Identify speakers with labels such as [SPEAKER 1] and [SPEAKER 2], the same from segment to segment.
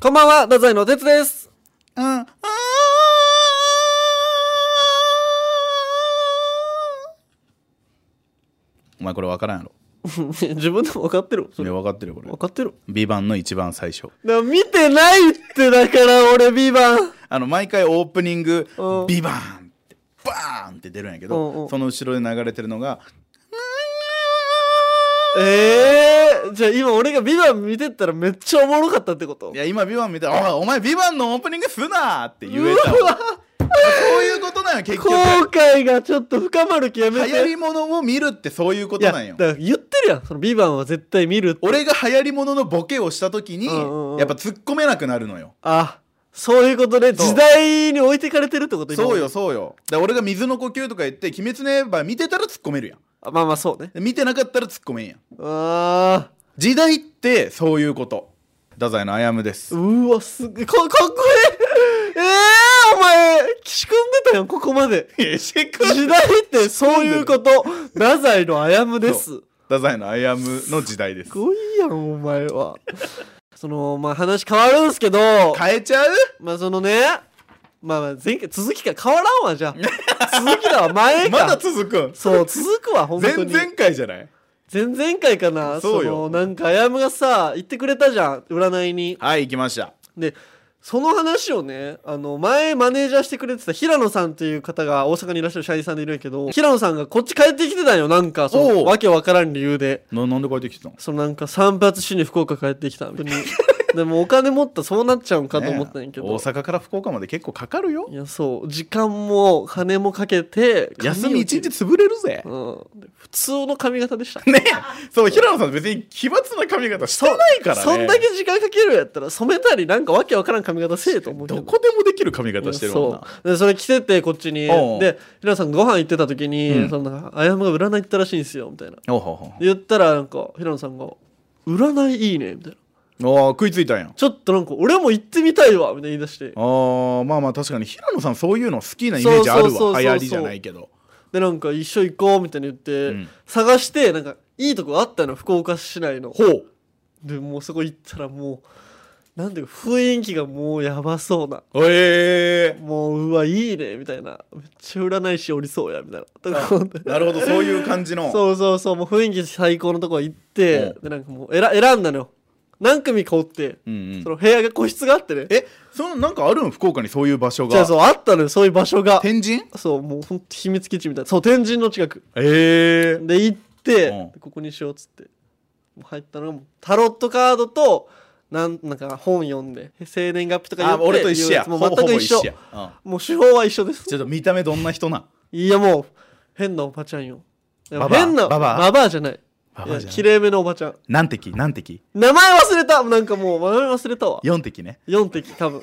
[SPEAKER 1] こんばんは、太宰の哲です。
[SPEAKER 2] うん。お前これ分からんやろ。
[SPEAKER 1] 自分でも分かってる。そ
[SPEAKER 2] 俺
[SPEAKER 1] れ
[SPEAKER 2] 分かってるよこれ
[SPEAKER 1] 分。かってる。
[SPEAKER 2] ビバンの一番最初。
[SPEAKER 1] でも見てないって、だから俺、ビバン。
[SPEAKER 2] あの毎回オープニング
[SPEAKER 1] うん
[SPEAKER 2] ビバーンってバーンって出るんやけ
[SPEAKER 1] うんう
[SPEAKER 2] ど、
[SPEAKER 1] ん
[SPEAKER 2] その後ろで流れてるのが
[SPEAKER 1] ええー、じゃあ今俺がビバン見てったらめっちゃおもろかったってこと
[SPEAKER 2] いや今ビバン見て「おいお前ビバンのオープニングすな!」って言えたわ
[SPEAKER 1] うわ
[SPEAKER 2] そういうことなんよ結局
[SPEAKER 1] 後悔がちょっと深まる気やめ
[SPEAKER 2] 流
[SPEAKER 1] て
[SPEAKER 2] 行りものを見るってそういうこ
[SPEAKER 1] い
[SPEAKER 2] と
[SPEAKER 1] や
[SPEAKER 2] なん
[SPEAKER 1] だ
[SPEAKER 2] よ
[SPEAKER 1] から言ってるやんその「ビバンは絶対見るって
[SPEAKER 2] 俺が流行りもののボケをした時に
[SPEAKER 1] うんうんうん
[SPEAKER 2] やっぱ突っ込めなくなるのよ
[SPEAKER 1] あそういうことね
[SPEAKER 2] そう
[SPEAKER 1] 時代に置いてかれてるってこと今まで
[SPEAKER 2] そうよそうよだから俺が水の呼吸とか言って「鬼滅の刃」見てたら突っ込めるやん
[SPEAKER 1] あまあまあそうね
[SPEAKER 2] で見てなかったら突っ込めんやん
[SPEAKER 1] あ
[SPEAKER 2] 時代ってそういうこと太宰のあやむです
[SPEAKER 1] ーうわすっげえかかっこいいえー、お前仕組んでたやんここまで
[SPEAKER 2] いやしく
[SPEAKER 1] 時代ってそういうこと太宰のあやむです
[SPEAKER 2] 太宰のアイアムの時代です
[SPEAKER 1] すごいやんお前はそのまあ話変わるんすけど
[SPEAKER 2] 変えちゃう
[SPEAKER 1] まあそのねまあまあ前回続きか変わらんわじゃあ続きだわ前か
[SPEAKER 2] まだ続くん
[SPEAKER 1] そう続くわ本
[SPEAKER 2] 前
[SPEAKER 1] 当に
[SPEAKER 2] 々回じゃない
[SPEAKER 1] 前々回かな
[SPEAKER 2] そうよ
[SPEAKER 1] のなんかあやむがさ言ってくれたじゃん占いに
[SPEAKER 2] はい行きました
[SPEAKER 1] でその話をねあの前マネージャーしてくれてた平野さんという方が大阪にいらっしゃる社員さんでいるんやけど平野さんがこっち帰ってきてたんよなんかそ
[SPEAKER 2] お
[SPEAKER 1] の
[SPEAKER 2] う
[SPEAKER 1] わけわからん理由で
[SPEAKER 2] ななんで帰ってきてたの
[SPEAKER 1] そのなんか散髪しに福岡帰ってきた本当に でもお金持ったらそうなっちゃうんかと思ったんやけど、
[SPEAKER 2] ねえ大阪から福岡まで結構かかるよ
[SPEAKER 1] いやそう時間も金もかけて
[SPEAKER 2] 休み一
[SPEAKER 1] 一
[SPEAKER 2] 日潰れるぜ
[SPEAKER 1] うんで普通の髪型で した
[SPEAKER 2] ねえそう平野さん別に奇抜な髪型してないからね
[SPEAKER 1] そんだけ時間かけるやったら染めたりなんかわけわからん髪型せえと思うけ
[SPEAKER 2] どこでもできる髪型してるもんな
[SPEAKER 1] そうでそれ着ててこっちに
[SPEAKER 2] おうおう
[SPEAKER 1] で平野さんがご飯行ってた時に、
[SPEAKER 2] うん
[SPEAKER 1] そのなんかあやむが占い行ったらしいんですよみたいなで
[SPEAKER 2] おうほう
[SPEAKER 1] 言ったらなんか平野さんが「占いいいね」みたいな
[SPEAKER 2] ほうあー食いついたんや
[SPEAKER 1] 「ちょっとなんか俺も行ってみたいわ」みたいな言い出して
[SPEAKER 2] あーまあまあ確かに平野さんそういうの好きなイメージある
[SPEAKER 1] そうそうそうそ
[SPEAKER 2] わ
[SPEAKER 1] う
[SPEAKER 2] 流行りじゃないけど
[SPEAKER 1] でなんか一緒行こうみたいな言って、
[SPEAKER 2] うん
[SPEAKER 1] 探してなんかいいとこあったの福岡市内の
[SPEAKER 2] ほう
[SPEAKER 1] でもうそこ行ったらもうなんていうか雰囲気がもうやばそうな
[SPEAKER 2] ええ
[SPEAKER 1] もううわいいねみたいなめっちゃ占い師おりそうやみたいなとこで
[SPEAKER 2] なるほどそういう感じの
[SPEAKER 1] そうそうそうもう雰囲気最高のとこ行って
[SPEAKER 2] う
[SPEAKER 1] でなんかもう選選んだのよ何組かおって、
[SPEAKER 2] うんうん
[SPEAKER 1] その部屋が個室があってね
[SPEAKER 2] えそのなんかあるん福岡にそういう場所が
[SPEAKER 1] じゃあそうあったのよそういう場所が
[SPEAKER 2] 天神
[SPEAKER 1] そうもうほんと秘密基地みたいなそう天神の近く
[SPEAKER 2] ええ
[SPEAKER 1] で行って、
[SPEAKER 2] うん
[SPEAKER 1] でここにしようっつってもう入ったのがもうタロットカードとなんなんか本読んで生年月日とか言
[SPEAKER 2] あ
[SPEAKER 1] って
[SPEAKER 2] 俺と一緒や
[SPEAKER 1] 言うやつもう全く一緒
[SPEAKER 2] ほぼほぼや、うん
[SPEAKER 1] もう手法は一緒です
[SPEAKER 2] ちょっと見た目どんな人なん
[SPEAKER 1] いやもう変なおばちゃんよいや
[SPEAKER 2] ババア
[SPEAKER 1] 変な
[SPEAKER 2] ババア
[SPEAKER 1] ババアじゃない
[SPEAKER 2] バ
[SPEAKER 1] い
[SPEAKER 2] バア
[SPEAKER 1] や
[SPEAKER 2] じゃない
[SPEAKER 1] 綺麗めのおばちゃん
[SPEAKER 2] 何滴何滴
[SPEAKER 1] 名前忘れたなんかもう名前忘れたわ
[SPEAKER 2] ?4 滴ね
[SPEAKER 1] 4滴多分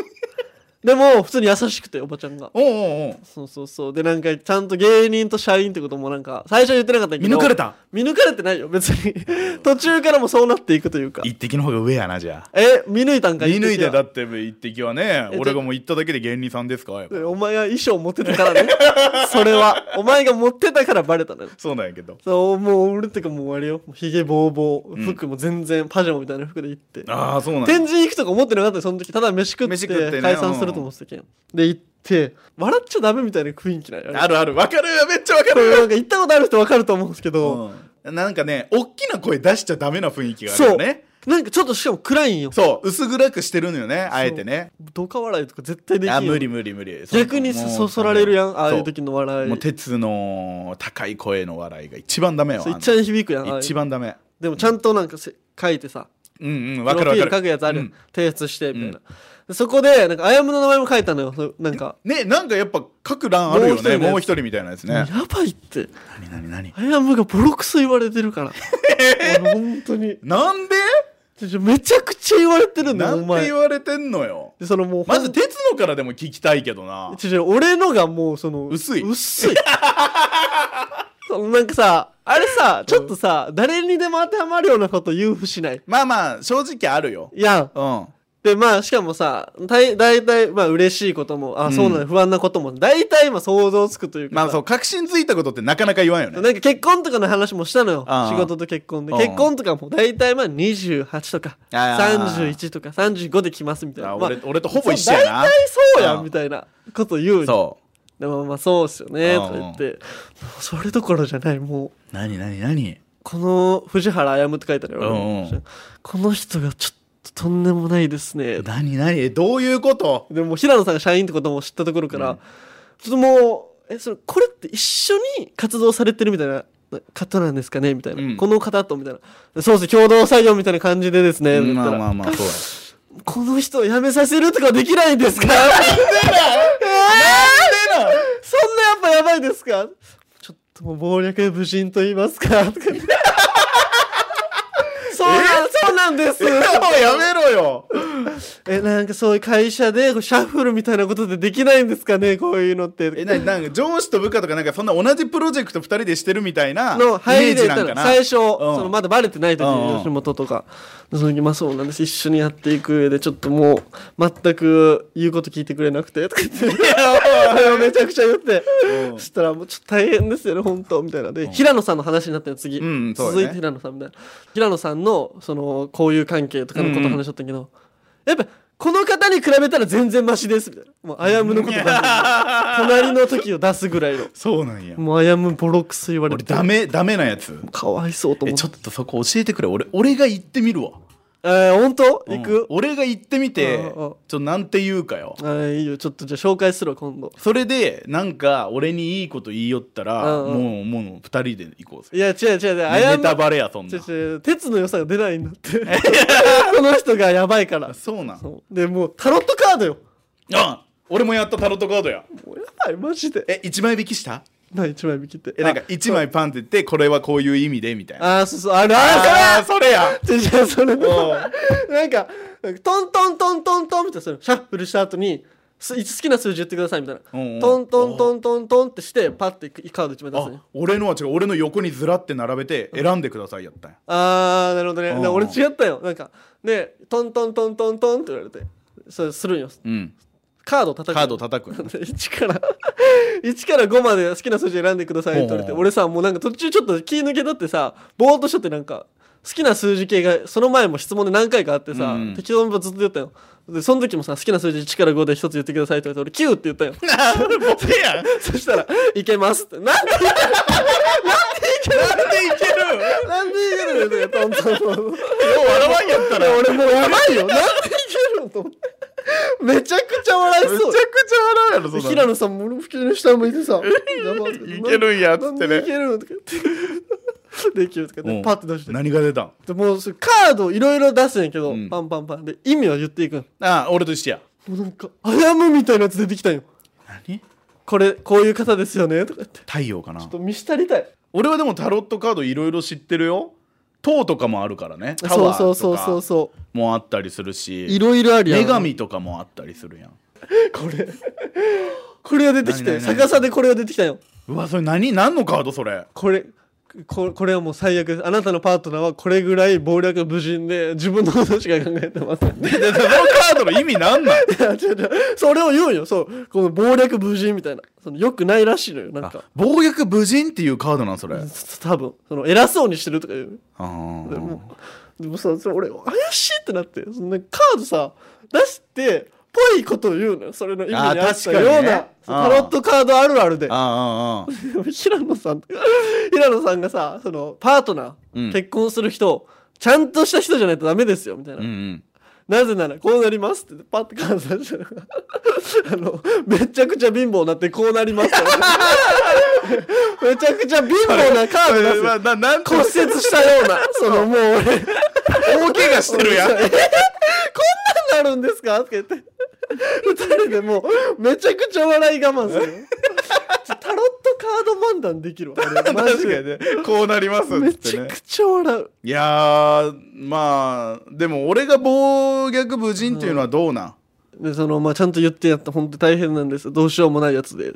[SPEAKER 1] でも普通に優しくておばちゃんが
[SPEAKER 2] おうおうおう
[SPEAKER 1] そうそうそうでなんかちゃんと芸人と社員ってこともなんか最初は言ってなかったけど
[SPEAKER 2] 見抜かれた
[SPEAKER 1] 見抜かれてないよ別に途中からもそうなっていくというか
[SPEAKER 2] 一滴の方が上やなじゃあ
[SPEAKER 1] え見抜いたんか
[SPEAKER 2] 見抜いてだ
[SPEAKER 1] 一
[SPEAKER 2] って一滴はね
[SPEAKER 1] え
[SPEAKER 2] 俺がもう行っただけで芸人さんですかやっぱ
[SPEAKER 1] 滴はお前が衣装持ってたからね それはお前が持ってたからバレたのよ
[SPEAKER 2] そうなんやけど
[SPEAKER 1] そうもう俺ってかもうあれよひげぼうぼうん服も全然パジャマみたいな服で行って、
[SPEAKER 2] ああそうなんや
[SPEAKER 1] 天神行くとか思ってなかったよその時ただ飯食って
[SPEAKER 2] 飯食ってね
[SPEAKER 1] 解散すると思ってたけん、で行って笑っちゃダメみたいな雰囲気なんよ
[SPEAKER 2] あるあるわかるめっちゃわか
[SPEAKER 1] これ
[SPEAKER 2] る、
[SPEAKER 1] なんか行ったことある人分かると思うんですけど、
[SPEAKER 2] うん、なんかね大きな声出しちゃダメな雰囲気がある
[SPEAKER 1] そ
[SPEAKER 2] よ
[SPEAKER 1] う
[SPEAKER 2] ね
[SPEAKER 1] なんかちょっとしかも暗いんよ
[SPEAKER 2] そう薄暗くしてるのよねあえてね
[SPEAKER 1] どか笑いとか絶対できん
[SPEAKER 2] あ
[SPEAKER 1] よ
[SPEAKER 2] 無理無理無理
[SPEAKER 1] 逆にそそそられるやんああいう
[SPEAKER 2] 時
[SPEAKER 1] 時の笑い
[SPEAKER 2] もう鉄の高い声の笑いが一番ダメよ
[SPEAKER 1] そういっちゃ
[SPEAKER 2] あ
[SPEAKER 1] い響くやん
[SPEAKER 2] ん
[SPEAKER 1] あ
[SPEAKER 2] な
[SPEAKER 1] あいう
[SPEAKER 2] 一番ダメ
[SPEAKER 1] でもちゃんとなんかせ書いてさ
[SPEAKER 2] うんうん
[SPEAKER 1] プ
[SPEAKER 2] わ
[SPEAKER 1] ロ
[SPEAKER 2] か
[SPEAKER 1] フ
[SPEAKER 2] る
[SPEAKER 1] ィー
[SPEAKER 2] わか
[SPEAKER 1] ル
[SPEAKER 2] る
[SPEAKER 1] 書くやつあるやん、
[SPEAKER 2] うん
[SPEAKER 1] 提出してみたいな、でそこでなんかあやむの名前も書いたのよそなんか
[SPEAKER 2] ねなんかやっぱ書く欄あるよねも
[SPEAKER 1] も
[SPEAKER 2] う
[SPEAKER 1] う
[SPEAKER 2] 一
[SPEAKER 1] 一
[SPEAKER 2] 人みたいなやつね
[SPEAKER 1] やばいって
[SPEAKER 2] 何何何
[SPEAKER 1] あやむがボロクソ言われてる から俺本当に
[SPEAKER 2] なんで
[SPEAKER 1] ちょめちゃくちゃ言われてるんだ
[SPEAKER 2] な
[SPEAKER 1] よお
[SPEAKER 2] んて
[SPEAKER 1] 前
[SPEAKER 2] 言われてんのよ
[SPEAKER 1] でそのもう
[SPEAKER 2] まず鉄のからでも聞きたいけどな
[SPEAKER 1] ちょちょ俺のがもうその
[SPEAKER 2] 薄い
[SPEAKER 1] 薄いそのなんかさあれさちょっとさ、誰にでも当てはまるようなこと言うふしない
[SPEAKER 2] まあまあ正直あるよ
[SPEAKER 1] やん
[SPEAKER 2] うん
[SPEAKER 1] でまあしかもさ大大体まあ嬉しいこともあそうなの、不安なことも大体まあ想像つくというかさ
[SPEAKER 2] まあそう確信づいたことってなかなか言わんよね
[SPEAKER 1] なんか結婚とかの話もしたのよ
[SPEAKER 2] ああ
[SPEAKER 1] 仕事と結婚で
[SPEAKER 2] うん
[SPEAKER 1] 結婚とかも大体まあ28とか
[SPEAKER 2] ああ
[SPEAKER 1] 31とか35で来ますみたいな
[SPEAKER 2] あ
[SPEAKER 1] まあ
[SPEAKER 2] 俺俺とほぼ一緒やな
[SPEAKER 1] そう大体そうや
[SPEAKER 2] ああ
[SPEAKER 1] んみたいなこと言うよ
[SPEAKER 2] そ
[SPEAKER 1] でもまあそうっすよね
[SPEAKER 2] うん
[SPEAKER 1] とか言ってもうそれどころじゃないもう
[SPEAKER 2] う何何何
[SPEAKER 1] この藤原歩って書いてあるよ、
[SPEAKER 2] うんうん
[SPEAKER 1] この人がちょっととんでもないですね
[SPEAKER 2] 何何えどういうこと
[SPEAKER 1] でもう平野さんが社員ってことも知ったところから、ちょっともうえそれこれって一緒に活動されてるみたいな方なんですかねみたいな、
[SPEAKER 2] うん
[SPEAKER 1] この方とみたいなそうですね共同作業みたいな感じでですね、みたい
[SPEAKER 2] まあ
[SPEAKER 1] な
[SPEAKER 2] まあまあそうや
[SPEAKER 1] この人を辞めさせるとかできないんですかそんなや
[SPEAKER 2] なんで
[SPEAKER 1] っぱやばいですかちょっともう謀略無人と言いますかとか言ってそうなんそうなんです
[SPEAKER 2] なんやめろよ
[SPEAKER 1] えなんかそういう会社でこうシャッフルみたいなことでできないんですかねこういうのって
[SPEAKER 2] えななんか上司と部下とかなんかそんな同じプロジェクト2人でしてるみたいなイメ
[SPEAKER 1] の入
[SPEAKER 2] ー
[SPEAKER 1] りで言
[SPEAKER 2] ジな
[SPEAKER 1] った
[SPEAKER 2] んからな
[SPEAKER 1] 最初、
[SPEAKER 2] ん
[SPEAKER 1] そのまだバレてない時
[SPEAKER 2] うんう
[SPEAKER 1] に
[SPEAKER 2] ん
[SPEAKER 1] 吉本とか、その時まあそうなんです一緒にやっていく上でちょっともう全く言うこと聞いてくれなくてとか言ってめちゃくちゃ言ってそしたらもうちょっと大変ですよね本当みたいなで平野さんの話になったよ次、
[SPEAKER 2] うんそうだね
[SPEAKER 1] 続いて平野さんみたいな平野さんのその交友関係とかのこと話しとったけど、やっぱこの方に比べたら全然マシですみたいなもうあやむのことだ隣の時を出すぐらいの
[SPEAKER 2] そうなんや
[SPEAKER 1] もうあやむボロクソ言われ
[SPEAKER 2] 俺
[SPEAKER 1] て
[SPEAKER 2] ダメダメなやつ
[SPEAKER 1] かわいそうと
[SPEAKER 2] え
[SPEAKER 1] 思っ
[SPEAKER 2] ち
[SPEAKER 1] て
[SPEAKER 2] ょっとそこ教えてくれ俺俺が行ってみるわ
[SPEAKER 1] えー、本当
[SPEAKER 2] うん
[SPEAKER 1] 行く、
[SPEAKER 2] 俺が行ってみて
[SPEAKER 1] うんうん
[SPEAKER 2] ちょっとなんて言うかよ
[SPEAKER 1] あーいいよちょっとじゃあ紹介するわ今度
[SPEAKER 2] それでなんか俺にいいこと言いよったら
[SPEAKER 1] うんうん
[SPEAKER 2] もうもう2人で行こうぜ
[SPEAKER 1] いや違う違う違うあや
[SPEAKER 2] ネ
[SPEAKER 1] む
[SPEAKER 2] タバレやそん
[SPEAKER 1] 違
[SPEAKER 2] な
[SPEAKER 1] う違う鉄の良さが出ないんだってこの人がやばいから
[SPEAKER 2] あそうなん
[SPEAKER 1] そうでもうタロットカードよ
[SPEAKER 2] あ俺もやったタロットカードや
[SPEAKER 1] もうやばいマジで
[SPEAKER 2] え1枚引きした
[SPEAKER 1] 何一枚引きって
[SPEAKER 2] えなんか1枚パンって言ってこれはこういう意味でみたいな
[SPEAKER 1] ああーそうそうある
[SPEAKER 2] あ
[SPEAKER 1] あ
[SPEAKER 2] あそれや
[SPEAKER 1] ーそれ違う違うそれ
[SPEAKER 2] う
[SPEAKER 1] なんかトントントントントンみたいなそのシャッフルした後にすいつ好きな数字言ってくださいみたいな
[SPEAKER 2] うんうん
[SPEAKER 1] トントントントントンってしてパッてカード一枚出すね
[SPEAKER 2] あ俺のは違う俺の横にずらって並べて選んでくださいやったんや
[SPEAKER 1] あーなるほどね
[SPEAKER 2] うん
[SPEAKER 1] で俺違ったよなんかねトントントントントンって言われてそれするんよ
[SPEAKER 2] うん
[SPEAKER 1] カード叩く
[SPEAKER 2] カード 叩 く
[SPEAKER 1] 1から1から5まで好きな数字選んでくださいって言われて
[SPEAKER 2] うん
[SPEAKER 1] 俺さもうなんか途中ちょっと気抜けだってさぼーっとしちゃってなんか好きな数字系がその前も質問で何回かあってさ、
[SPEAKER 2] うん
[SPEAKER 1] 適当にずっと言ったよでその時もさ好きな数字1から5で1つ言ってくださいって言われて俺9って言ったよ
[SPEAKER 2] ボケやん
[SPEAKER 1] そしたら「いけます」ってなんで
[SPEAKER 2] なんでいけ る
[SPEAKER 1] なんでいけるんだよトントントン
[SPEAKER 2] よう笑わんやったら
[SPEAKER 1] 俺もうやばいよなんでい けるのと思ってめちゃくちゃ笑い
[SPEAKER 2] めちゃ
[SPEAKER 1] そう
[SPEAKER 2] くちゃ笑うやろそんなの
[SPEAKER 1] 平野さんも俺普通に下向いて さ
[SPEAKER 2] いけるんやっつっ
[SPEAKER 1] なん
[SPEAKER 2] てね
[SPEAKER 1] でいけるのとか言ってできるとか
[SPEAKER 2] う
[SPEAKER 1] で
[SPEAKER 2] ん
[SPEAKER 1] パッて出して
[SPEAKER 2] 何が出たん
[SPEAKER 1] でもうそれカードいろいろ出すんやけど、
[SPEAKER 2] うん
[SPEAKER 1] パンパンパンで意味は言っていくんも
[SPEAKER 2] あ俺と一緒や
[SPEAKER 1] うなんか「あやむ」みたいなやつ出てきたんよ
[SPEAKER 2] 何
[SPEAKER 1] これこういう方ですよねとか言ってち
[SPEAKER 2] 太陽かな
[SPEAKER 1] ょっと見したりたい
[SPEAKER 2] 俺はでもタロットカードいろいろ知ってるよ塔とかもあるからねタ
[SPEAKER 1] そう
[SPEAKER 2] ワー
[SPEAKER 1] そうそうそ
[SPEAKER 2] と
[SPEAKER 1] う
[SPEAKER 2] か
[SPEAKER 1] そう
[SPEAKER 2] もあったりする
[SPEAKER 1] い
[SPEAKER 2] し
[SPEAKER 1] ろいろあるやん
[SPEAKER 2] 女神とかもあったりするやん
[SPEAKER 1] これこれが出てきて
[SPEAKER 2] 何何何
[SPEAKER 1] 逆さでこれが出てきたんよ
[SPEAKER 2] うわそれ何何のカードそれ
[SPEAKER 1] これここれはもう最悪ですあなたのパートナーはこれぐらい謀略無人で自分のことしか考えてません い
[SPEAKER 2] ででそのカードの意味なんなん
[SPEAKER 1] や違う違うそれを言うんよそうこの謀略無人みたいなそのよくないらしいのよなんか
[SPEAKER 2] 暴虐無人っていうカードなんそれあ
[SPEAKER 1] 多分その偉そうにしてるとか言うで
[SPEAKER 2] ー
[SPEAKER 1] もでもさそれ俺怪しいってなってそのなんかカードさ出してぽいことを言うのよそれの意味に合
[SPEAKER 2] あ
[SPEAKER 1] っ
[SPEAKER 2] 確
[SPEAKER 1] た
[SPEAKER 2] かにね
[SPEAKER 1] ような、
[SPEAKER 2] う
[SPEAKER 1] そ
[SPEAKER 2] ん
[SPEAKER 1] のタロットカードあるあるで
[SPEAKER 2] あーあーあー
[SPEAKER 1] でも 平野さん平野さんがさそのパートナー、
[SPEAKER 2] うん
[SPEAKER 1] 結婚する人ちゃんとした人じゃないとダメですよみたいな、
[SPEAKER 2] うんうん
[SPEAKER 1] なぜならこうなりますってパッて感想したのが あのめちゃくちゃ貧乏になってこうなりますって めちゃくちゃ貧乏なカードです
[SPEAKER 2] まあななん
[SPEAKER 1] 骨折したようなその もう俺
[SPEAKER 2] 大怪我してるやん
[SPEAKER 1] こんなんなるんですかって言って2人でもうめちゃくちゃ笑い我慢す るタロットカード漫談できるわ 俺マ
[SPEAKER 2] 確
[SPEAKER 1] ジ
[SPEAKER 2] か
[SPEAKER 1] で
[SPEAKER 2] にねこうなりますっ
[SPEAKER 1] め
[SPEAKER 2] つっ
[SPEAKER 1] ち
[SPEAKER 2] て
[SPEAKER 1] ゃ
[SPEAKER 2] ね
[SPEAKER 1] くちゃ笑う
[SPEAKER 2] いやーまあでも俺が暴虐無人っていうのはどうなん、
[SPEAKER 1] でそのまあちゃんと言ってやった本当大変なんですどうしようもないやつで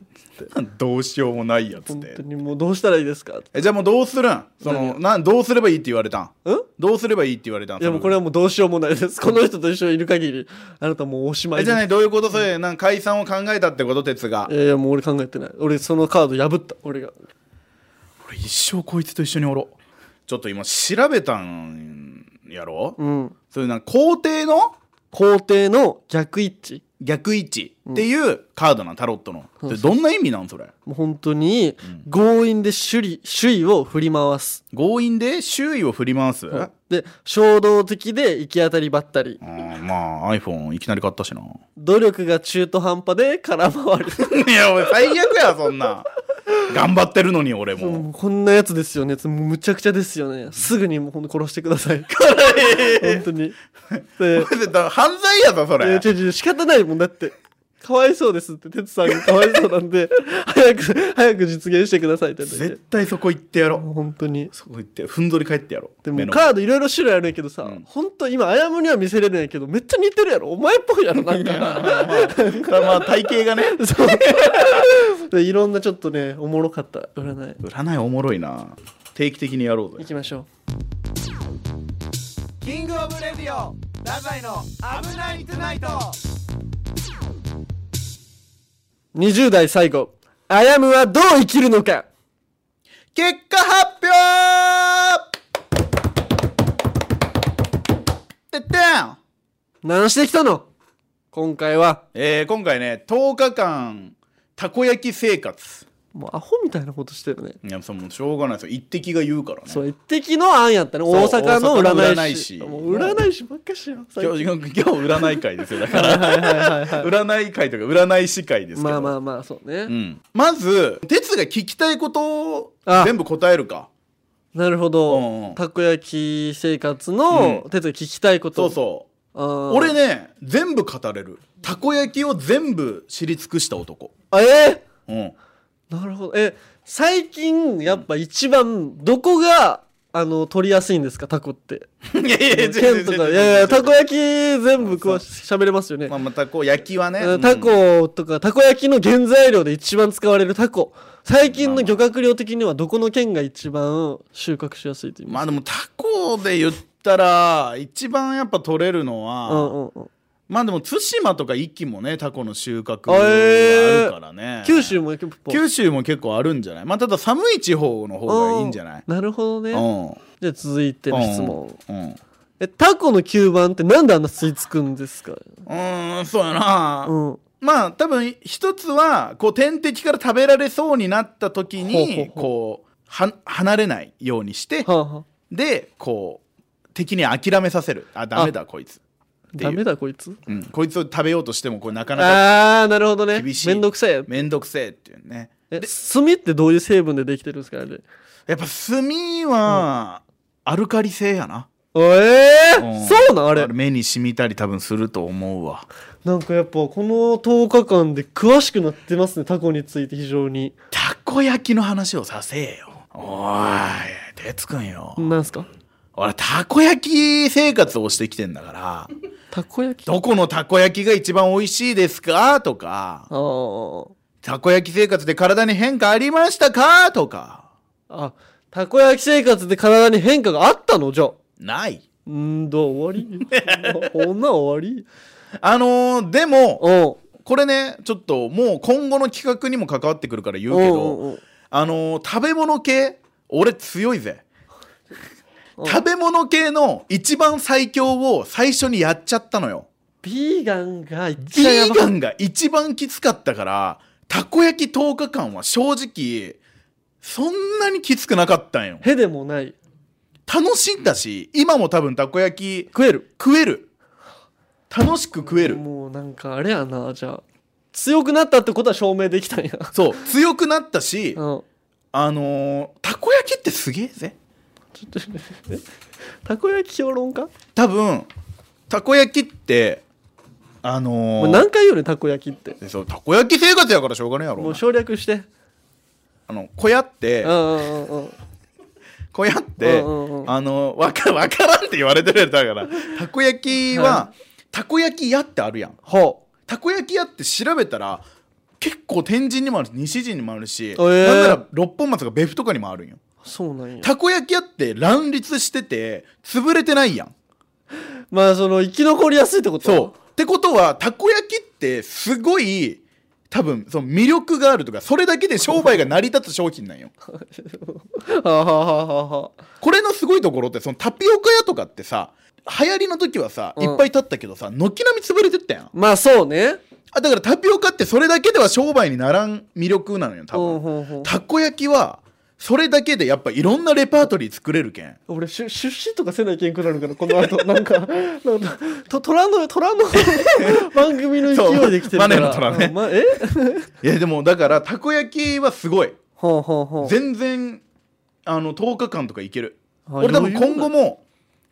[SPEAKER 2] どうしようもないやつ
[SPEAKER 1] 本
[SPEAKER 2] で
[SPEAKER 1] 当にもうどうしたらいいですかって
[SPEAKER 2] えじゃあもうどうするんそのなんどうすればいいって言われたん
[SPEAKER 1] ん
[SPEAKER 2] どうすればいいって言われたん
[SPEAKER 1] いやもうこれはもうどうしようもないですこの人と一緒にいる限りあなたもうおしま
[SPEAKER 2] え
[SPEAKER 1] い
[SPEAKER 2] じゃあ
[SPEAKER 1] です
[SPEAKER 2] ねどういうことそれなんか解散を考えたってこと哲が
[SPEAKER 1] いやいやもう俺考えてない俺そのカード破った俺が
[SPEAKER 2] 俺一生こいつと一緒におろちょっと今調べたんやろ、
[SPEAKER 1] うん
[SPEAKER 2] それなんか皇帝の
[SPEAKER 1] 皇帝の逆一致
[SPEAKER 2] 逆位置っていうカードなんタロットの、それどんな意味なんそれ
[SPEAKER 1] もう本当に強引で首里首位を振り回す
[SPEAKER 2] 強引で周囲を振り回す、あ
[SPEAKER 1] で衝動的で行き当たりばったり
[SPEAKER 2] ーまあ iPhone いきなり買ったしな
[SPEAKER 1] 努力が中途半端で空回り
[SPEAKER 2] いや俺最悪やそんな頑張ってるのに俺も、
[SPEAKER 1] もうこんなやつですよねもうむちゃくちゃですよねすぐにもうほんと殺してくだ さい本当にで
[SPEAKER 2] これ だ犯罪やぞそ
[SPEAKER 1] え
[SPEAKER 2] れ
[SPEAKER 1] ー、ちょちょ仕方ないもんだってかわいそうですって哲さんがかわいそうなんで 早く早く実現してくださいって言って
[SPEAKER 2] 絶対そこ行ってやろう
[SPEAKER 1] もう本当に
[SPEAKER 2] そこ行ってふんぞり返ってやろう
[SPEAKER 1] で
[SPEAKER 2] 目
[SPEAKER 1] も
[SPEAKER 2] の
[SPEAKER 1] カードいろいろ種類あるんやけどさ、
[SPEAKER 2] うん
[SPEAKER 1] ほんと今あやむには見せれないけどめっちゃ似てるやろお前っぽいやろなんか
[SPEAKER 2] 前まあ体型 がね
[SPEAKER 1] そうでいろんなちょっとねおもろかった占い
[SPEAKER 2] 占いおもろいな定期的にやろう
[SPEAKER 1] 行
[SPEAKER 2] ぜ
[SPEAKER 1] きましょ
[SPEAKER 2] キングオブレディオダザイの危ないトゥナイト
[SPEAKER 1] う20代最後あやむはどう生きるのか
[SPEAKER 2] 結果発表てってん
[SPEAKER 1] 何してきたの今回は
[SPEAKER 2] えー、今回ね10日間たこ焼き生活
[SPEAKER 1] もうアホみたいなことしてるね
[SPEAKER 2] いやそうもうしょうがないですよ一滴が言うからね
[SPEAKER 1] そう一滴の案やったね
[SPEAKER 2] う
[SPEAKER 1] 大阪の
[SPEAKER 2] 大阪の
[SPEAKER 1] 占
[SPEAKER 2] 占
[SPEAKER 1] い
[SPEAKER 2] い
[SPEAKER 1] 師
[SPEAKER 2] 師
[SPEAKER 1] もう占い師ばっかしよ最
[SPEAKER 2] 今
[SPEAKER 1] 近
[SPEAKER 2] 日今日占い会ですよだか ら
[SPEAKER 1] はいはいはいは
[SPEAKER 2] 占い会とか占い師会で
[SPEAKER 1] い
[SPEAKER 2] すけど
[SPEAKER 1] まあまあまあそうね、
[SPEAKER 2] うん、まず哲が聞きたいことを
[SPEAKER 1] あ
[SPEAKER 2] 全部答えるか
[SPEAKER 1] なるほど、
[SPEAKER 2] うんうん
[SPEAKER 1] たこ焼き生活の、
[SPEAKER 2] うん
[SPEAKER 1] 哲也聞きたいこと
[SPEAKER 2] そうそう
[SPEAKER 1] あー
[SPEAKER 2] 俺ね全部語れるたこ焼きを全部知り尽くした男
[SPEAKER 1] あえ
[SPEAKER 2] うん
[SPEAKER 1] ーなるほどえ最近やっぱ一番どこがあの取りやすいんですかタコって
[SPEAKER 2] いやいや
[SPEAKER 1] 県とかいやいやたこ焼き全部詳し喋れますよね、
[SPEAKER 2] まあまあたこ焼きはね
[SPEAKER 1] うんタコとかたこ焼きの原材料で一番使われるタコ最近の漁獲量的にはどこの県が一番収穫しやすいと言いま
[SPEAKER 2] ますあでもタコで言ったら一番やっぱ取れるの
[SPEAKER 1] か、う
[SPEAKER 2] は、
[SPEAKER 1] んうんうん、
[SPEAKER 2] まあでも対馬とか一気もねタコの収穫があるからね、
[SPEAKER 1] 九州も結構
[SPEAKER 2] 九州も結構あるんじゃないまあただ寒い地方の方がいいんじゃない
[SPEAKER 1] なるほどね、
[SPEAKER 2] うん
[SPEAKER 1] じゃあ続いての質問、
[SPEAKER 2] うんうん
[SPEAKER 1] えタコの吸盤ってなんであんな吸い付くんですか
[SPEAKER 2] うーんそうやな、
[SPEAKER 1] うん
[SPEAKER 2] まあ多分一つはこう天敵から食べられそうになった時に
[SPEAKER 1] ほうほうほう
[SPEAKER 2] こうは離れないようにして
[SPEAKER 1] はあ、はあ、
[SPEAKER 2] でこう敵に諦めさせるあダメだこいつ、ていう
[SPEAKER 1] ダメだこいつ
[SPEAKER 2] うん、こいつを食べようとしてもこうなかなか
[SPEAKER 1] ああなるほどね
[SPEAKER 2] 厳しい
[SPEAKER 1] めんどくさいや
[SPEAKER 2] めんどくせえっていうね
[SPEAKER 1] え炭ってどういう成分でできてるんですかあれ
[SPEAKER 2] やっぱ炭はアルカリ性やな、
[SPEAKER 1] おえー
[SPEAKER 2] ん
[SPEAKER 1] そうなんあれ
[SPEAKER 2] 目に染みたり多分すると思うわ
[SPEAKER 1] なんかやっぱこの10日間で詳しくなってますねタコについて非常に
[SPEAKER 2] たこ焼きの話をさせえよおい哲くんよ、
[SPEAKER 1] なんすか
[SPEAKER 2] 俺たこ焼き生活をしてきてんだから
[SPEAKER 1] たこ焼きあ
[SPEAKER 2] どこのたこ焼きが一番美味しいですかとか、
[SPEAKER 1] ー
[SPEAKER 2] たこ焼き生活で体に変化ありましたかとか、
[SPEAKER 1] あたこ焼き生活で体に変化があったのじゃあ
[SPEAKER 2] ない。
[SPEAKER 1] うーんどう終わり こんな終わり
[SPEAKER 2] あのーでも、
[SPEAKER 1] うん
[SPEAKER 2] これね、ちょっともう今後の企画にも関わってくるから言うけ
[SPEAKER 1] うんうんう
[SPEAKER 2] ど
[SPEAKER 1] ん、
[SPEAKER 2] あのー食べ物系、俺強いぜ。食べ物系の一番最強を最初にやっちゃったのよ。
[SPEAKER 1] ビーガンが
[SPEAKER 2] ビ
[SPEAKER 1] 一番や
[SPEAKER 2] ー
[SPEAKER 1] ばか
[SPEAKER 2] ガ
[SPEAKER 1] った
[SPEAKER 2] ンが一番きつかったから、たこ焼き10日間は正直、そんなにきつくなかったんよ。
[SPEAKER 1] へでもない
[SPEAKER 2] 楽しんだし今も多分たこ焼き
[SPEAKER 1] 食える
[SPEAKER 2] 食える楽しく食える
[SPEAKER 1] もうなんかあれやなじゃあ強くなったってことは証明できたんや
[SPEAKER 2] そう強くなったし
[SPEAKER 1] うん
[SPEAKER 2] あのーたこ焼きってすげえぜ
[SPEAKER 1] ちょっとえたこ焼き評論家
[SPEAKER 2] 多分たこ焼きってあの
[SPEAKER 1] もう
[SPEAKER 2] ー
[SPEAKER 1] 何回言うねたこ焼きって
[SPEAKER 2] でそうたこ焼き生活やからしょうがねえやろ
[SPEAKER 1] もう省略して
[SPEAKER 2] あの小屋って
[SPEAKER 1] うんうんうんうん
[SPEAKER 2] 小屋って、
[SPEAKER 1] うんうんうん
[SPEAKER 2] あのわかわからんって言われてるやつだからたこ焼きは、
[SPEAKER 1] は
[SPEAKER 2] たこ焼き屋ってあるやん
[SPEAKER 1] ほ
[SPEAKER 2] たこ焼き屋って調べたら結構天神にもあるし西陣にもあるし、
[SPEAKER 1] ー
[SPEAKER 2] なんなら六本松が別府とかにもあるんよ
[SPEAKER 1] そうなんや
[SPEAKER 2] たこ焼き屋って乱立してて潰れてないやん
[SPEAKER 1] まあその生き残りやすいってこと
[SPEAKER 2] そうってことはたこ焼きってすごい多分その魅力があるとかそれだけで商売が成り立つ商品なんよ
[SPEAKER 1] うはあはあはあはあはあ
[SPEAKER 2] これのすごいところってそのタピオカ屋とかってさ流行りの時はさ、
[SPEAKER 1] うん
[SPEAKER 2] いっぱい立ったけどさ軒並み潰れてったやん
[SPEAKER 1] まあそうね
[SPEAKER 2] あだからタピオカってそれだけでは商売にならん魅力なのよ多
[SPEAKER 1] ほう
[SPEAKER 2] 分
[SPEAKER 1] ほうほう
[SPEAKER 2] たこ焼きはそれだけでやっぱいろんなレパートリー作れるけん
[SPEAKER 1] 俺しゅ出資とかせないけんくなるからこの 後なんかなんかと虎の虎 の番組の勢いで来てるから
[SPEAKER 2] そうマネの虎ね
[SPEAKER 1] うんまえ
[SPEAKER 2] いやでもだからたこ焼きはすごい
[SPEAKER 1] ほうほうほう
[SPEAKER 2] 全然あの10日間とかいける
[SPEAKER 1] あ
[SPEAKER 2] 俺多分
[SPEAKER 1] 余裕
[SPEAKER 2] 今後も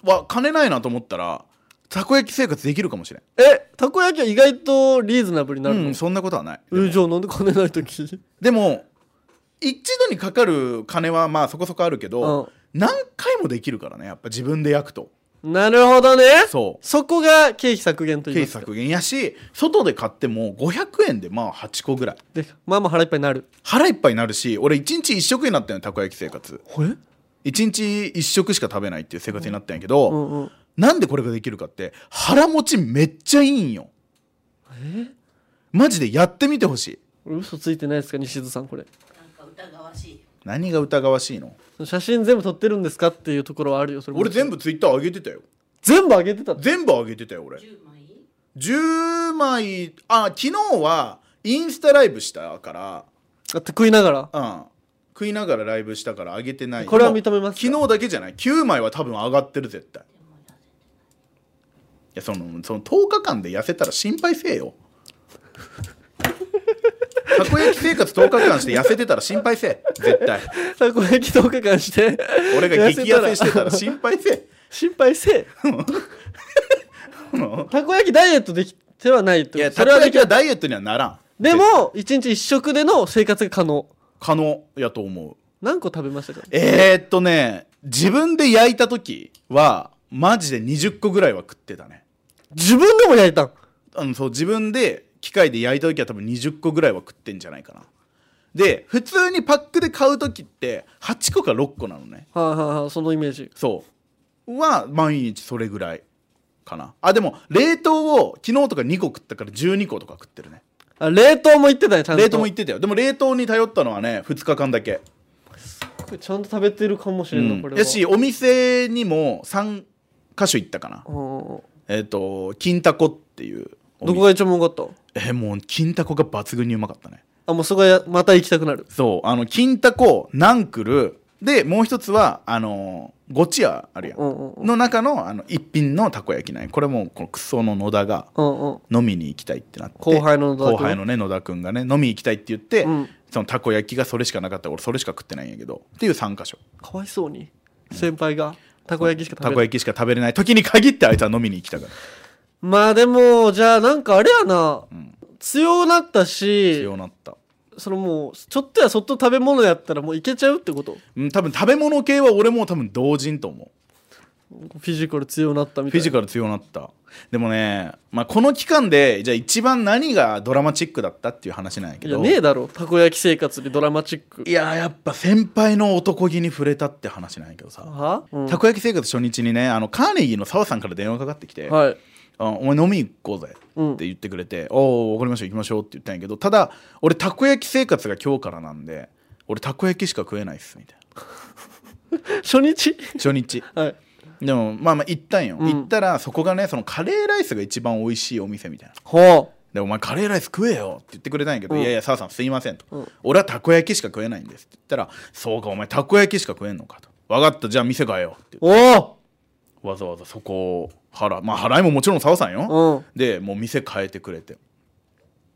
[SPEAKER 2] わ金ないなと思ったらたこ焼き生活できるかもしれん
[SPEAKER 1] えたこ焼きは意外とリーズナブルになる
[SPEAKER 2] う
[SPEAKER 1] の
[SPEAKER 2] んそんなことはない
[SPEAKER 1] うんじゃあなんで金ない時
[SPEAKER 2] でも一度にかかる金はまあそこそこあるけど、
[SPEAKER 1] う
[SPEAKER 2] 何回もできるからねやっぱ自分で焼くと
[SPEAKER 1] ん なるほどね
[SPEAKER 2] そう
[SPEAKER 1] そこが経費削減と
[SPEAKER 2] 経
[SPEAKER 1] 言いま
[SPEAKER 2] 費
[SPEAKER 1] すか
[SPEAKER 2] 削減やし外で買っても500円でまあ8個ぐらい
[SPEAKER 1] でまあまあ腹いっぱいになる
[SPEAKER 2] 腹いっぱいになるし俺1日1食になったのよたこ焼き生活
[SPEAKER 1] え
[SPEAKER 2] 1日1食しか食べないっていう生活になったんやけど、
[SPEAKER 1] うんうん
[SPEAKER 2] なんでこれができるかって腹持ちめっちゃいいんよマジでやってみてほしい
[SPEAKER 1] 俺嘘ついてないですか西津さんこれ
[SPEAKER 3] なんか疑わしい。
[SPEAKER 2] 何が疑わしいの
[SPEAKER 1] 写真全部撮ってるんですかっていうところはあるよそれも
[SPEAKER 2] 俺全部ツイッター上げてたよ
[SPEAKER 1] 全部上げてたって
[SPEAKER 2] 全部上げてたよ俺
[SPEAKER 3] 10枚
[SPEAKER 2] 10枚あ昨日はインスタライブしたか
[SPEAKER 1] あって食いながら
[SPEAKER 2] らうん食いながらライブしたから上げてない
[SPEAKER 1] これは
[SPEAKER 2] もう
[SPEAKER 1] 認めますか
[SPEAKER 2] 昨日だけじゃない9枚は多分上がってる絶対いやそのその10日間で痩せたら心配せ えよたこ焼き生活10日間して痩せてたら心配せえ絶対
[SPEAKER 1] たこ焼き10日間して
[SPEAKER 2] 俺が激痩せしてたら
[SPEAKER 1] 痩せ
[SPEAKER 2] 心配せえ
[SPEAKER 1] 心配せえ
[SPEAKER 2] その
[SPEAKER 1] たこ焼きダイエットできてはないって
[SPEAKER 2] い
[SPEAKER 1] こ
[SPEAKER 2] や
[SPEAKER 1] と
[SPEAKER 2] た
[SPEAKER 1] そ
[SPEAKER 2] こ
[SPEAKER 1] れは
[SPEAKER 2] 焼
[SPEAKER 1] で
[SPEAKER 2] き
[SPEAKER 1] きな
[SPEAKER 2] はいダイエットにはならん
[SPEAKER 1] でも1日1食での生活が可能
[SPEAKER 2] 可能やと思う
[SPEAKER 1] 何個食べましたか
[SPEAKER 2] えー、っとね自分で焼いた時はマジで20個ぐらいは食ってたね
[SPEAKER 1] 自分でも焼いたん
[SPEAKER 2] あのそう自分で機械で焼いた時は多分20個ぐらいは食ってんじゃないかなで普通にパックで買う時って8個か6個なのね
[SPEAKER 1] はいはいはいそのイメージ
[SPEAKER 2] そうは毎日それぐらいかなあでも冷凍を昨日とか2個食ったから12個とか食ってるね
[SPEAKER 1] あ冷凍も行ってたねちゃんと
[SPEAKER 2] 冷凍も言ってたよでも冷凍に頼ったのはね2日間だけ
[SPEAKER 1] ちゃんと食べてるかもしれんの、
[SPEAKER 2] うん
[SPEAKER 1] これは
[SPEAKER 2] やしお店にも3箇所行ったかな
[SPEAKER 1] うんうんうん
[SPEAKER 2] えっ、と金タコっていうお
[SPEAKER 1] どこ
[SPEAKER 2] 店
[SPEAKER 1] が一番うまかった
[SPEAKER 2] えもう金タコが抜群にうまかったね
[SPEAKER 1] あもうそこはまた行きたくなる
[SPEAKER 2] そうあの金タコナンクルでもう一つはあのーゴチ屋あるやん、
[SPEAKER 1] うんうんうん
[SPEAKER 2] の中のあの一品のたこ焼きなんやこれもうこのクソの野田が
[SPEAKER 1] うんうん
[SPEAKER 2] 飲みに行きたいってなって
[SPEAKER 1] 後輩の野田君
[SPEAKER 2] 後輩のね野田君がね飲み行きたいって言って、
[SPEAKER 1] うん
[SPEAKER 2] そのたこ焼きがそれしかなかったから俺それしか食ってないんやけどっていう3箇所
[SPEAKER 1] かわいそうに先輩がたこ焼きしか
[SPEAKER 2] た
[SPEAKER 1] 食べ
[SPEAKER 2] こ
[SPEAKER 1] ない
[SPEAKER 2] 焼きしか食べれない時に限ってあいつは飲みに行きたから
[SPEAKER 1] まあでもじゃあなんかあれやな、強なったし
[SPEAKER 2] 強なった、
[SPEAKER 1] そのもうちょっとやそっと食べ物やったらもういけちゃうってこと
[SPEAKER 2] うん、多分食べ物系は俺も多分同人と思う
[SPEAKER 1] フィジカル強なったみた
[SPEAKER 2] フ
[SPEAKER 1] いな
[SPEAKER 2] ィジカル強なったでもね、まあ、この期間でじゃあ一番何がドラマチックだったっていう話なんやけ
[SPEAKER 1] いや
[SPEAKER 2] ど
[SPEAKER 1] ねえだろたこ焼き生活でドラマチック
[SPEAKER 2] いややっぱ先輩の男気に触れたって話なんやけどさ、
[SPEAKER 1] は、うん
[SPEAKER 2] たこ焼き生活初日にねあのカーネギーの澤さんから電話かかってきて「
[SPEAKER 1] はい
[SPEAKER 2] あお前飲み行こうぜ」
[SPEAKER 1] うん
[SPEAKER 2] って言ってくれて「おお分かりました行きましょう」って言ったんやけどただ俺たこ焼き生活が今日からなんで俺たこ焼きしか食えないっすみたいな
[SPEAKER 1] 初日
[SPEAKER 2] 初日
[SPEAKER 1] はい
[SPEAKER 2] でもまあまあ行ったんよ、
[SPEAKER 1] うん
[SPEAKER 2] 行ったらそこがねそのカレーライスが一番美味しいお店みたいな
[SPEAKER 1] ほ
[SPEAKER 2] で「お前カレーライス食えよ」って言ってくれたんやけど「
[SPEAKER 1] うん
[SPEAKER 2] いやいや澤さんすいません」と「
[SPEAKER 1] うん
[SPEAKER 2] 俺はたこ焼きしか食えないんです」って言ったら「そうかお前たこ焼きしか食えんのか」と「分かったじゃあ店変えよう」って言っ
[SPEAKER 1] うお
[SPEAKER 2] てわざわざそこを払うまあ払いももちろん澤さんよ、
[SPEAKER 1] おうん
[SPEAKER 2] でもう店変えてくれて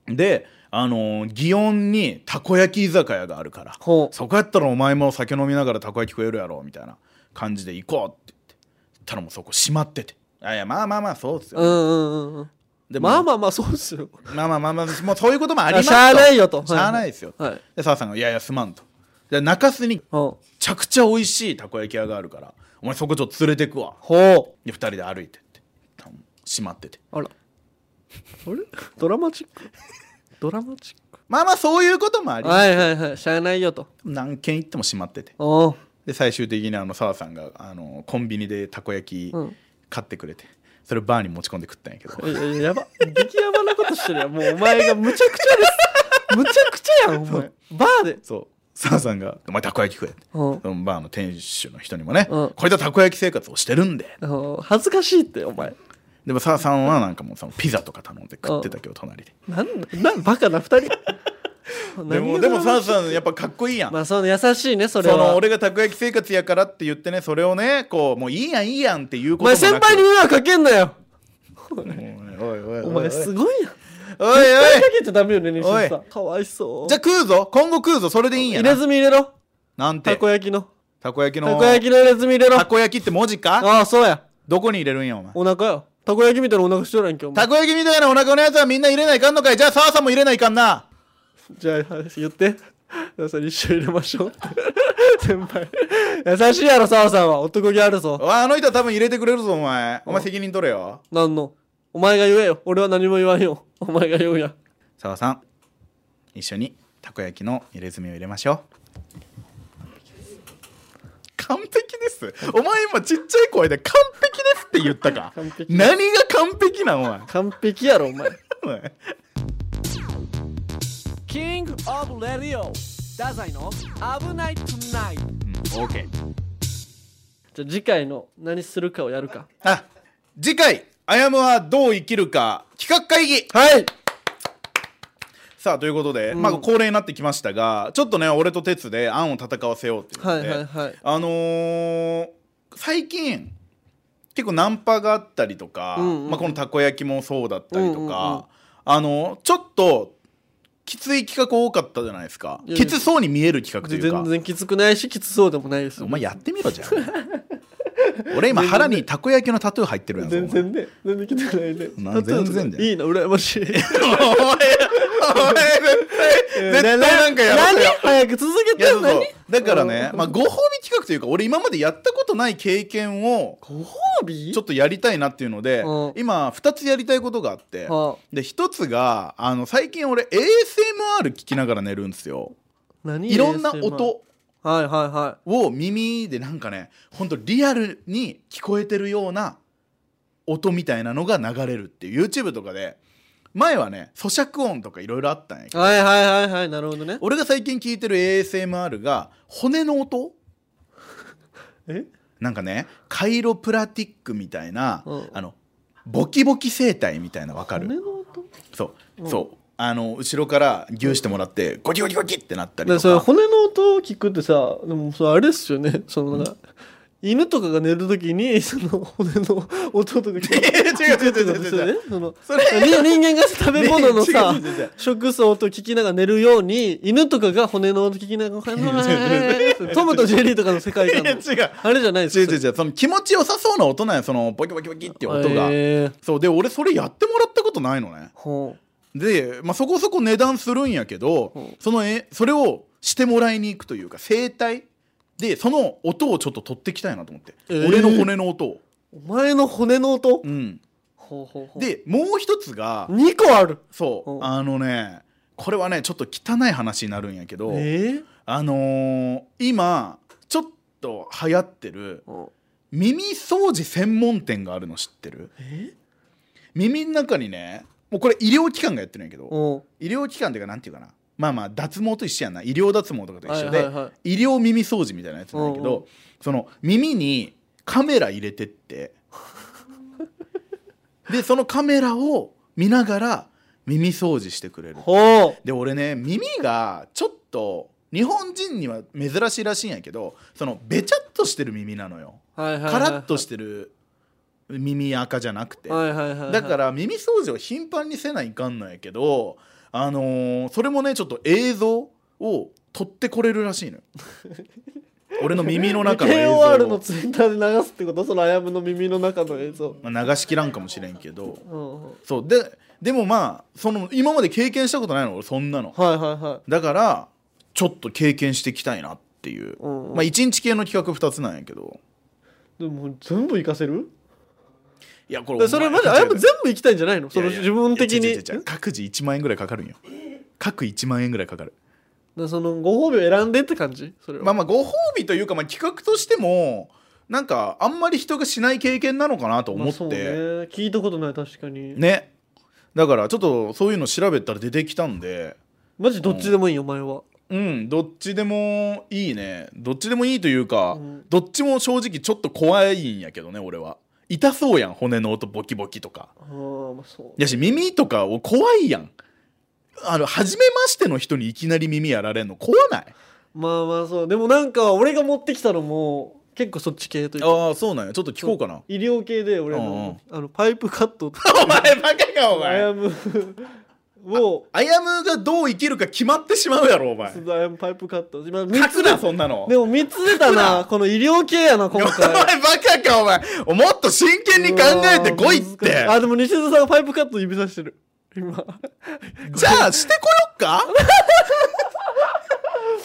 [SPEAKER 2] であのー祇園にたこ焼き居酒屋があるから
[SPEAKER 1] ほう
[SPEAKER 2] そこやったらお前も酒飲みながらたこ焼き食えるやろみたいな感じで行こうって言ってそしたらもうそこ閉まってて「いやいやまあまあまあそうっす
[SPEAKER 1] うん
[SPEAKER 2] よ」
[SPEAKER 1] うんうんうん
[SPEAKER 2] でも
[SPEAKER 1] まあまあまあそうっすよ
[SPEAKER 2] まあまあまあまあもうそういうこともあります
[SPEAKER 1] しゃあないよと
[SPEAKER 2] しゃあないですよ、
[SPEAKER 1] はいはい
[SPEAKER 2] で澤さんが「いやいやすまん」と「で中洲にめ
[SPEAKER 1] ほう
[SPEAKER 2] ちゃくちゃ美味しいたこ焼き屋があるからお前そこちょっと連れてくわ
[SPEAKER 1] ほう」
[SPEAKER 2] で2人で歩いてって多分閉まってて
[SPEAKER 1] あらあれドラマチッ クドラマチッ
[SPEAKER 2] まあまあそういうこともあり
[SPEAKER 1] クはいはいはいしゃあないよと
[SPEAKER 2] 何軒行っても閉まってて
[SPEAKER 1] おお
[SPEAKER 2] で最終的にあの澤さんがあのコンビニでたこ焼き
[SPEAKER 1] うん
[SPEAKER 2] 買ってくれて、それをバーに持ち込んで食ったんやけど
[SPEAKER 1] いやいややば激ヤバなことしてるやんもうお前がむちゃくちゃ ですむちゃくちゃやんお前バーで
[SPEAKER 2] そう澤さんが「お前たこ焼き食え」って
[SPEAKER 1] うん
[SPEAKER 2] そのバーの店主の人にもね、
[SPEAKER 1] うん
[SPEAKER 2] こういったたこ焼き生活をしてるんで
[SPEAKER 1] あの恥ずかしいってお前
[SPEAKER 2] でも澤さんはなんかもうそのピザとか頼んで食ってたけど隣で、
[SPEAKER 1] なんなバカな二 人
[SPEAKER 2] で
[SPEAKER 1] 何
[SPEAKER 2] も
[SPEAKER 1] が
[SPEAKER 2] でも澤さんやっぱかっこいいやん、
[SPEAKER 1] まあその優しいねそれ
[SPEAKER 2] そ
[SPEAKER 1] は
[SPEAKER 2] の俺がたこ焼き生活やからって言ってねそれをねこうもういいやんいいやんっていう
[SPEAKER 1] お
[SPEAKER 2] ことも
[SPEAKER 1] 前
[SPEAKER 2] なく
[SPEAKER 1] 先輩に迷惑かけんなよ
[SPEAKER 2] おいおいおい
[SPEAKER 1] お前すごいやん絶
[SPEAKER 2] おいお
[SPEAKER 1] 対
[SPEAKER 2] い
[SPEAKER 1] かけちゃダメよね西野さ
[SPEAKER 2] お
[SPEAKER 1] んかわいそう
[SPEAKER 2] じゃあ食うぞ今後食うぞそれでいいんや
[SPEAKER 1] 入
[SPEAKER 2] な
[SPEAKER 1] れ墨入れろ
[SPEAKER 2] なんて
[SPEAKER 1] たこ焼きの
[SPEAKER 2] たこ焼きの
[SPEAKER 1] たこ焼きの入れ墨入れろ
[SPEAKER 2] たこ焼きって文字か
[SPEAKER 1] ああそうや
[SPEAKER 2] どこに入れるんやお前
[SPEAKER 1] お腹よたこ焼きみたいなお腹しとらんけお前
[SPEAKER 2] たこ焼きみたいなお腹のやつはみんな入れないかんのかいじゃあ澤さんも入れないかんな
[SPEAKER 1] じゃあ言って皆さん一緒に入れましょう って先輩優しいやろ澤さんは男気あるぞ
[SPEAKER 2] おいあの人は多分入れてくれるぞお前お前責任取れよ
[SPEAKER 1] なんのお前が言えよ俺は何も言わんよお前が言うんや
[SPEAKER 2] 澤さん一緒にたこ焼きの入れ墨を入れましょう完璧ですお前今ちっちゃい声で完璧ですって言ったか
[SPEAKER 1] 完璧
[SPEAKER 2] 何が完璧なんお前
[SPEAKER 1] 完璧やろお前
[SPEAKER 2] お前
[SPEAKER 1] キングオブレディオダザイの危ないトゥナイト
[SPEAKER 2] うん OK
[SPEAKER 1] じゃあ次回の何するかをやるか
[SPEAKER 2] あ次回「あやむはどう生きるか」企画会議
[SPEAKER 1] はい
[SPEAKER 2] さあということで、
[SPEAKER 1] うん
[SPEAKER 2] まあ恒例になってきましたがちょっとね俺と哲で案を戦わせようっていう
[SPEAKER 1] は
[SPEAKER 2] ので、
[SPEAKER 1] いはいはい
[SPEAKER 2] あのー最近結構ナンパがあったりとか、
[SPEAKER 1] うんうん
[SPEAKER 2] まあ、このたこ焼きもそうだったりと
[SPEAKER 1] う
[SPEAKER 2] か、
[SPEAKER 1] んうんうん
[SPEAKER 2] あのーちょっときつい企画多かったじゃないですか
[SPEAKER 1] いやいや
[SPEAKER 2] きつそうに見える企画というか
[SPEAKER 1] 全然きつくないしきつそうでもないです
[SPEAKER 2] お前やってみろじゃん 俺今腹にたこ焼きのタトゥー入ってるやん
[SPEAKER 1] 全然ね全然きつくないね
[SPEAKER 2] な全然だよ
[SPEAKER 1] いいな羨ましい
[SPEAKER 2] お前お前絶対絶対なんかやろう
[SPEAKER 1] 何
[SPEAKER 2] よ
[SPEAKER 1] 早く続け
[SPEAKER 2] いや
[SPEAKER 1] て
[SPEAKER 2] そ
[SPEAKER 1] ん
[SPEAKER 2] うそう
[SPEAKER 1] の
[SPEAKER 2] だからね、まあ、ご褒美企画というか俺今までやったことない経験を
[SPEAKER 1] ご褒美
[SPEAKER 2] ちょっとやりたいなっていうので
[SPEAKER 1] うん
[SPEAKER 2] 今2つやりたいことがあって
[SPEAKER 1] はあ
[SPEAKER 2] で1つがあの最近俺 ASMR 聞きながら寝るんですよ
[SPEAKER 1] 何
[SPEAKER 2] いろんな
[SPEAKER 1] ASMR
[SPEAKER 2] 音
[SPEAKER 1] はいはいは
[SPEAKER 2] を耳でなんかねほんとリアルに聞こえてるような音みたいなのが流れるっていう YouTube とかで前はね咀嚼音とかいろいろあったんやけ
[SPEAKER 1] い
[SPEAKER 2] ど
[SPEAKER 1] はいはいはいはいなるほどね
[SPEAKER 2] 俺が最近聞いてる ASMR が骨の音
[SPEAKER 1] え
[SPEAKER 2] なんかねカイロプラティックみたいな、
[SPEAKER 1] うん
[SPEAKER 2] あのボキボキ生態みたいなわか
[SPEAKER 1] 骨
[SPEAKER 2] る
[SPEAKER 1] の音
[SPEAKER 2] そう、
[SPEAKER 1] うん
[SPEAKER 2] そうあの後ろから牛してもらってゴキゴキゴキってなったり
[SPEAKER 1] で
[SPEAKER 2] と
[SPEAKER 1] それ
[SPEAKER 2] か
[SPEAKER 1] 骨の音を聞くってさでもそれあれですよねそのなんか犬とかが寝るとき にその骨の音とか聞く
[SPEAKER 2] 違う違う違う違う
[SPEAKER 1] ですよねその
[SPEAKER 2] それ
[SPEAKER 1] 人人間が食べ物のさ
[SPEAKER 2] ね違う違う違う
[SPEAKER 1] 食素音を聞きながら寝るように犬とかが骨の音聞きなが らトムとジェリーとかの世界観
[SPEAKER 2] いや
[SPEAKER 1] の
[SPEAKER 2] 違う
[SPEAKER 1] あれじゃないで
[SPEAKER 2] 違う
[SPEAKER 1] す
[SPEAKER 2] 違う違うその気持ちよさそうな音なんやそのボキボキボキっていう音が、
[SPEAKER 1] えー
[SPEAKER 2] そうで俺それやってもらったことないのね
[SPEAKER 1] ほ
[SPEAKER 2] で、まあ、そこそこ値段するんやけど、
[SPEAKER 1] うん
[SPEAKER 2] そのえそれをしてもらいに行くというか生態でその音をちょっと取ってきたいなと思って、
[SPEAKER 1] えー
[SPEAKER 2] 俺の骨の音を、
[SPEAKER 1] うお前の骨の音
[SPEAKER 2] うん、
[SPEAKER 1] ほうほうほう
[SPEAKER 2] でもう一つが
[SPEAKER 1] 2個ある
[SPEAKER 2] そう、
[SPEAKER 1] うん
[SPEAKER 2] あのねこれはねちょっと汚い話になるんやけど、
[SPEAKER 1] え
[SPEAKER 2] あのー今ちょっと流行ってる
[SPEAKER 1] ー
[SPEAKER 2] 耳掃除専門店があるの知ってる
[SPEAKER 1] え
[SPEAKER 2] 耳の中にねもうこれ医療機関がやってるんやけど、
[SPEAKER 1] お
[SPEAKER 2] 医療機関っていうかなんていうかなまあまあ脱毛と一緒やんな医療脱毛とかと一緒で、
[SPEAKER 1] はいはいはい
[SPEAKER 2] 医療耳掃除みたいなやつなんだけど、
[SPEAKER 1] うんう
[SPEAKER 2] その耳にカメラ入れてって でそのカメラを見ながら耳掃除してくれる
[SPEAKER 1] ほ
[SPEAKER 2] で俺ね耳がちょっと日本人には珍しいらしいんやけどそのべちゃっとしてる耳なのよ
[SPEAKER 1] うはいはいはい
[SPEAKER 2] カラッとしてる耳垢じゃなくて
[SPEAKER 1] はいはいはいはい
[SPEAKER 2] だから耳掃除を頻繁にせないかんのやけど、あのーそれもねちょっと映像を撮ってこれるら しいのよ俺の耳の中の映像
[SPEAKER 1] KOR の
[SPEAKER 2] を
[SPEAKER 1] ツイッターで流すってことそのあやむの耳の中の映像、
[SPEAKER 2] まあ、流しきらんかもしれんけど
[SPEAKER 1] うんはい
[SPEAKER 2] そうででもまあその今まで経験したことないの俺そんなの
[SPEAKER 1] はいはい
[SPEAKER 2] だからちょっと経験していきたいなっていう、
[SPEAKER 1] うんうん
[SPEAKER 2] まあ1日系の企画2つなんやけど
[SPEAKER 1] でも全部活かせる
[SPEAKER 2] いやこれ
[SPEAKER 1] でそれまであやっぱ全部行きたいんじゃないのその自分的に
[SPEAKER 2] 違う違う違う各自1万円ぐらいかかるんよ各1万円ぐらいかかる
[SPEAKER 1] んそのご褒美を選んでって感じそれは、
[SPEAKER 2] まあまあご褒美というか、まあ、企画としてもなんかあんまり人がしない経験なのかなと思
[SPEAKER 1] まあ
[SPEAKER 2] っ
[SPEAKER 1] そう
[SPEAKER 2] て、
[SPEAKER 1] ね聞いたことない確かに、
[SPEAKER 2] ねだからちょっとそういうの調べたら出てきたんで
[SPEAKER 1] マジどっちでもいいよお前は
[SPEAKER 2] うんどっちでもいいねどっちでもいいというか、
[SPEAKER 1] うん
[SPEAKER 2] どっちも正直ちょっと怖いんやけどね俺は痛そうやん骨の音ボキボキとか
[SPEAKER 1] あーまあそう
[SPEAKER 2] やし耳とかを怖いやんあの初めましての人にいきなり耳やられんの怖ない
[SPEAKER 1] まあまあそうでもなんか俺が持ってきたのも結構そっち系というか
[SPEAKER 2] ああそうなんやちょっと聞こうかな
[SPEAKER 1] 医療系で俺の,、あのパイプカットと
[SPEAKER 2] お前バカ かお
[SPEAKER 1] ア
[SPEAKER 2] 前
[SPEAKER 1] ヤムを
[SPEAKER 2] アヤムがどう生きるか決まってしまうやろお前
[SPEAKER 1] アヤムパイプカット今三
[SPEAKER 2] 書
[SPEAKER 1] つ
[SPEAKER 2] くなそんなの
[SPEAKER 1] でも3つ出たなこの医療系やな今
[SPEAKER 2] お前
[SPEAKER 1] 回
[SPEAKER 2] バカかお前もっと真剣に考えてこいっ
[SPEAKER 1] うわー
[SPEAKER 2] て
[SPEAKER 1] 難しいあでも西田さんがパイプカット指さしてる今
[SPEAKER 2] じゃあしてこよ っか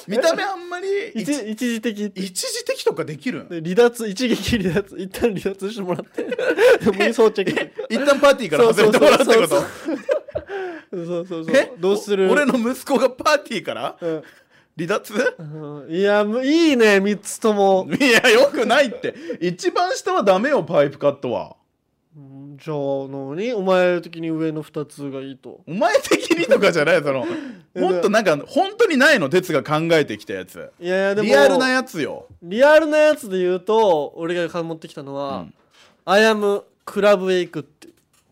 [SPEAKER 2] 見た目あんまり
[SPEAKER 1] 一
[SPEAKER 2] 一
[SPEAKER 1] 一時的って
[SPEAKER 2] 一時的とかできるん
[SPEAKER 1] で離脱一撃離脱一旦離脱してもらって でもう装着
[SPEAKER 2] 一旦パーティーから外れてもらうってこと
[SPEAKER 1] そうそうそう
[SPEAKER 2] え
[SPEAKER 1] どうする
[SPEAKER 2] お俺の息子がパーティーから
[SPEAKER 1] うん
[SPEAKER 2] 離脱
[SPEAKER 1] うんいやむいいね3つとも、
[SPEAKER 2] いやよくないって一番下はダメよパイプカットは
[SPEAKER 1] うんじゃあ何お前的に上の2つがいいと
[SPEAKER 2] お前的にとかじゃないそ のもっとなんか本当にないの哲が考えてきたやつ
[SPEAKER 1] いやいやでも
[SPEAKER 2] リアルなやつよ
[SPEAKER 1] リアルなやつで言うと俺が持ってきたのは、
[SPEAKER 2] うん
[SPEAKER 1] アヤムクラブへ行くって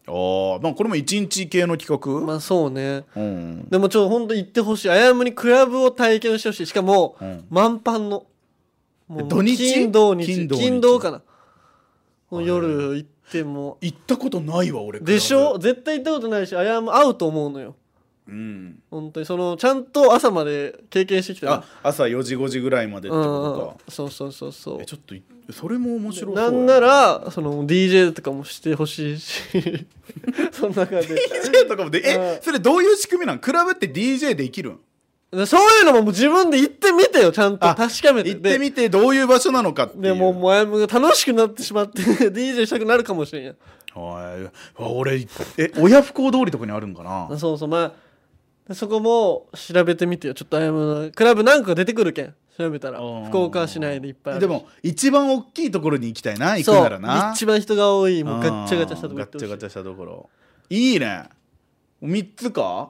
[SPEAKER 2] あーなんかこれも一日系の企画、
[SPEAKER 1] まあそうね
[SPEAKER 2] うん
[SPEAKER 1] でもちょっとほんと行ってほしいアヤムにクラブを体験してほしいしかも、
[SPEAKER 2] うん
[SPEAKER 1] 満帆のもう
[SPEAKER 2] 土日
[SPEAKER 1] 金土日
[SPEAKER 2] 金
[SPEAKER 1] 金
[SPEAKER 2] 土
[SPEAKER 1] 土
[SPEAKER 2] 日
[SPEAKER 1] かなもう夜行っても
[SPEAKER 2] 行ったことないわ俺
[SPEAKER 1] でしょ、絶対行ったことないしアヤム合うと思うのよ
[SPEAKER 2] クラブうん、
[SPEAKER 1] 本当にそのちゃんと朝まで経験してきた
[SPEAKER 2] あ朝4時5時ぐらいまで
[SPEAKER 1] う
[SPEAKER 2] ってこ
[SPEAKER 1] んうん
[SPEAKER 2] とか、
[SPEAKER 1] そうそうそうそ
[SPEAKER 2] え
[SPEAKER 1] う
[SPEAKER 2] ちょっといそれも面白そう
[SPEAKER 1] なんならその DJ とかもしてほしい しその中で
[SPEAKER 2] DJ とかもで
[SPEAKER 1] う
[SPEAKER 2] え
[SPEAKER 1] ん
[SPEAKER 2] それどういう仕組みなんクラブって DJ できるん
[SPEAKER 1] そういうのももう自分で行ってみてよちゃんと
[SPEAKER 2] あ
[SPEAKER 1] 確かめて
[SPEAKER 2] 行って
[SPEAKER 1] で
[SPEAKER 2] みてどういう場所なのかっていう
[SPEAKER 1] でもうもやむが楽しくなってしまって DJ したくなるかもしれんやん
[SPEAKER 2] はいあ俺え親不孝通りとかにあるんか な
[SPEAKER 1] あそうそうまあそこも調べてみてよちょっとあやむのクラブ何個か出てくるけん調べたら
[SPEAKER 2] うん
[SPEAKER 1] 福岡市内でいっぱいある
[SPEAKER 2] でも一番大きいところに行きたいな行く
[SPEAKER 1] そう
[SPEAKER 2] ならな
[SPEAKER 1] 一番人が多いもう
[SPEAKER 2] うん
[SPEAKER 1] ガッチャガチャしたとこ行ってほしい
[SPEAKER 2] ガッチャガチャしたところいいね3つか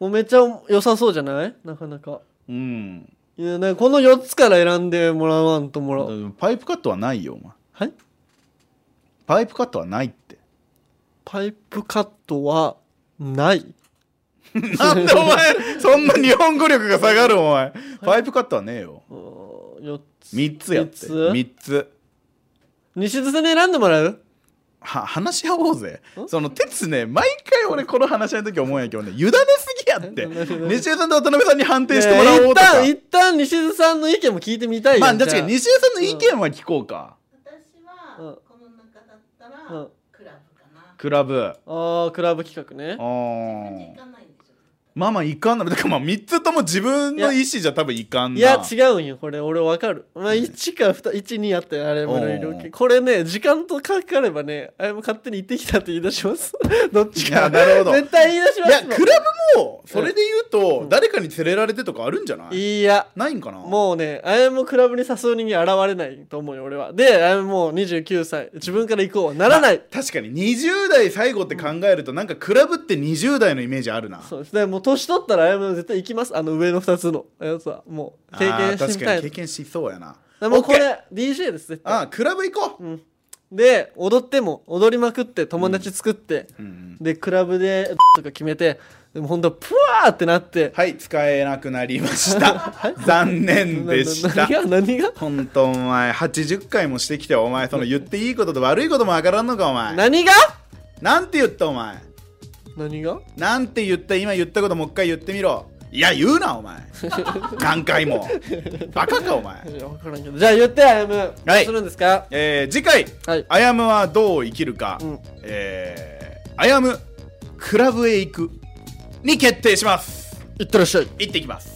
[SPEAKER 1] もうめっちゃ良さそうじゃないなかなか
[SPEAKER 2] うん
[SPEAKER 1] いやなんかこの4つから選んでもらわんともらう
[SPEAKER 2] パイプカットはないよお前
[SPEAKER 1] はい
[SPEAKER 2] パイプカットはないって
[SPEAKER 1] パイプカットはない
[SPEAKER 2] なんでお前そんな日本語力が下がるお前パイプカットはねえよ
[SPEAKER 1] うーん4つ
[SPEAKER 2] 3つやって
[SPEAKER 1] 三つ
[SPEAKER 2] 3つ
[SPEAKER 1] 西津さんに選んでもらう
[SPEAKER 2] は話し合おうぜ
[SPEAKER 1] ん
[SPEAKER 2] その鉄ね毎回俺この話し合いの時思うんやけどね委ねすぎやって
[SPEAKER 1] え なになに
[SPEAKER 2] 西江さんと渡辺さんに判定してもらおう
[SPEAKER 1] 一
[SPEAKER 2] とか
[SPEAKER 1] 旦一旦西津さんの意見も聞いてみたいよ
[SPEAKER 2] まあ確か
[SPEAKER 1] じゃ
[SPEAKER 2] に西江さんの意見は聞こうか
[SPEAKER 3] 私
[SPEAKER 1] うん
[SPEAKER 3] はこの中だったら
[SPEAKER 1] うん
[SPEAKER 3] クラブかな。
[SPEAKER 2] クラブ
[SPEAKER 1] ああクラブ企画ね
[SPEAKER 2] あ
[SPEAKER 3] 自分で行
[SPEAKER 2] ー
[SPEAKER 3] かないんでしょ。
[SPEAKER 2] まあまあいかんなだからまあ3つとも自分の意思じゃ多分いかんない
[SPEAKER 1] や違うんよこれ俺わかる、まあ、1か12やったよあれもの医療
[SPEAKER 2] おうお
[SPEAKER 1] 系
[SPEAKER 2] う
[SPEAKER 1] これね時間とかかればねあれも勝手に行ってきたって言い出しますどっち
[SPEAKER 2] いや
[SPEAKER 1] か
[SPEAKER 2] なるほど
[SPEAKER 1] 絶対言い出しま
[SPEAKER 2] いや
[SPEAKER 1] す
[SPEAKER 2] クラブもそれで言うと誰かに連れられてとかあるんじゃないい
[SPEAKER 1] や
[SPEAKER 2] ないんかな
[SPEAKER 1] もうねあれもクラブに誘う人間現れないと思うよ俺はであれもう29歳自分から行こうはならない、
[SPEAKER 2] 確かに20代最後って考えるとなんかクラブって20代のイメージあるな
[SPEAKER 1] そうですねもう年取ったらあれも絶対行きますあの上の2つのやつはもう経験してみ
[SPEAKER 2] あー確か
[SPEAKER 1] た
[SPEAKER 2] に
[SPEAKER 1] い
[SPEAKER 2] 経験しそうやな
[SPEAKER 1] でもうこ
[SPEAKER 2] OK
[SPEAKER 1] れ DJ です絶対
[SPEAKER 2] あークラブ行こう、
[SPEAKER 1] で踊っても踊りまくって友達作って、
[SPEAKER 2] ん
[SPEAKER 1] でクラブでとか決めてでもほんとプワーってなって
[SPEAKER 2] はい使えなくなりました 残念でし
[SPEAKER 1] な
[SPEAKER 2] た
[SPEAKER 1] な何が
[SPEAKER 2] 本当お前80回もしてきてお前その言っていいことと悪いことも分からんのかお前
[SPEAKER 1] 何が
[SPEAKER 2] なんて言ったお前
[SPEAKER 1] 何が
[SPEAKER 2] なんて言った今言ったこともう一回言ってみろいや言う なお前何回もバカかお前
[SPEAKER 1] いや分からんけどじゃあ言ってあやむ、
[SPEAKER 2] は
[SPEAKER 1] どう
[SPEAKER 2] い
[SPEAKER 1] するんですか
[SPEAKER 2] えー次回
[SPEAKER 1] はい
[SPEAKER 2] あやむはどう生きるか、
[SPEAKER 1] うん
[SPEAKER 2] えーあやむクラブへ行くに決定します
[SPEAKER 1] いってらっしゃい
[SPEAKER 2] 行ってきます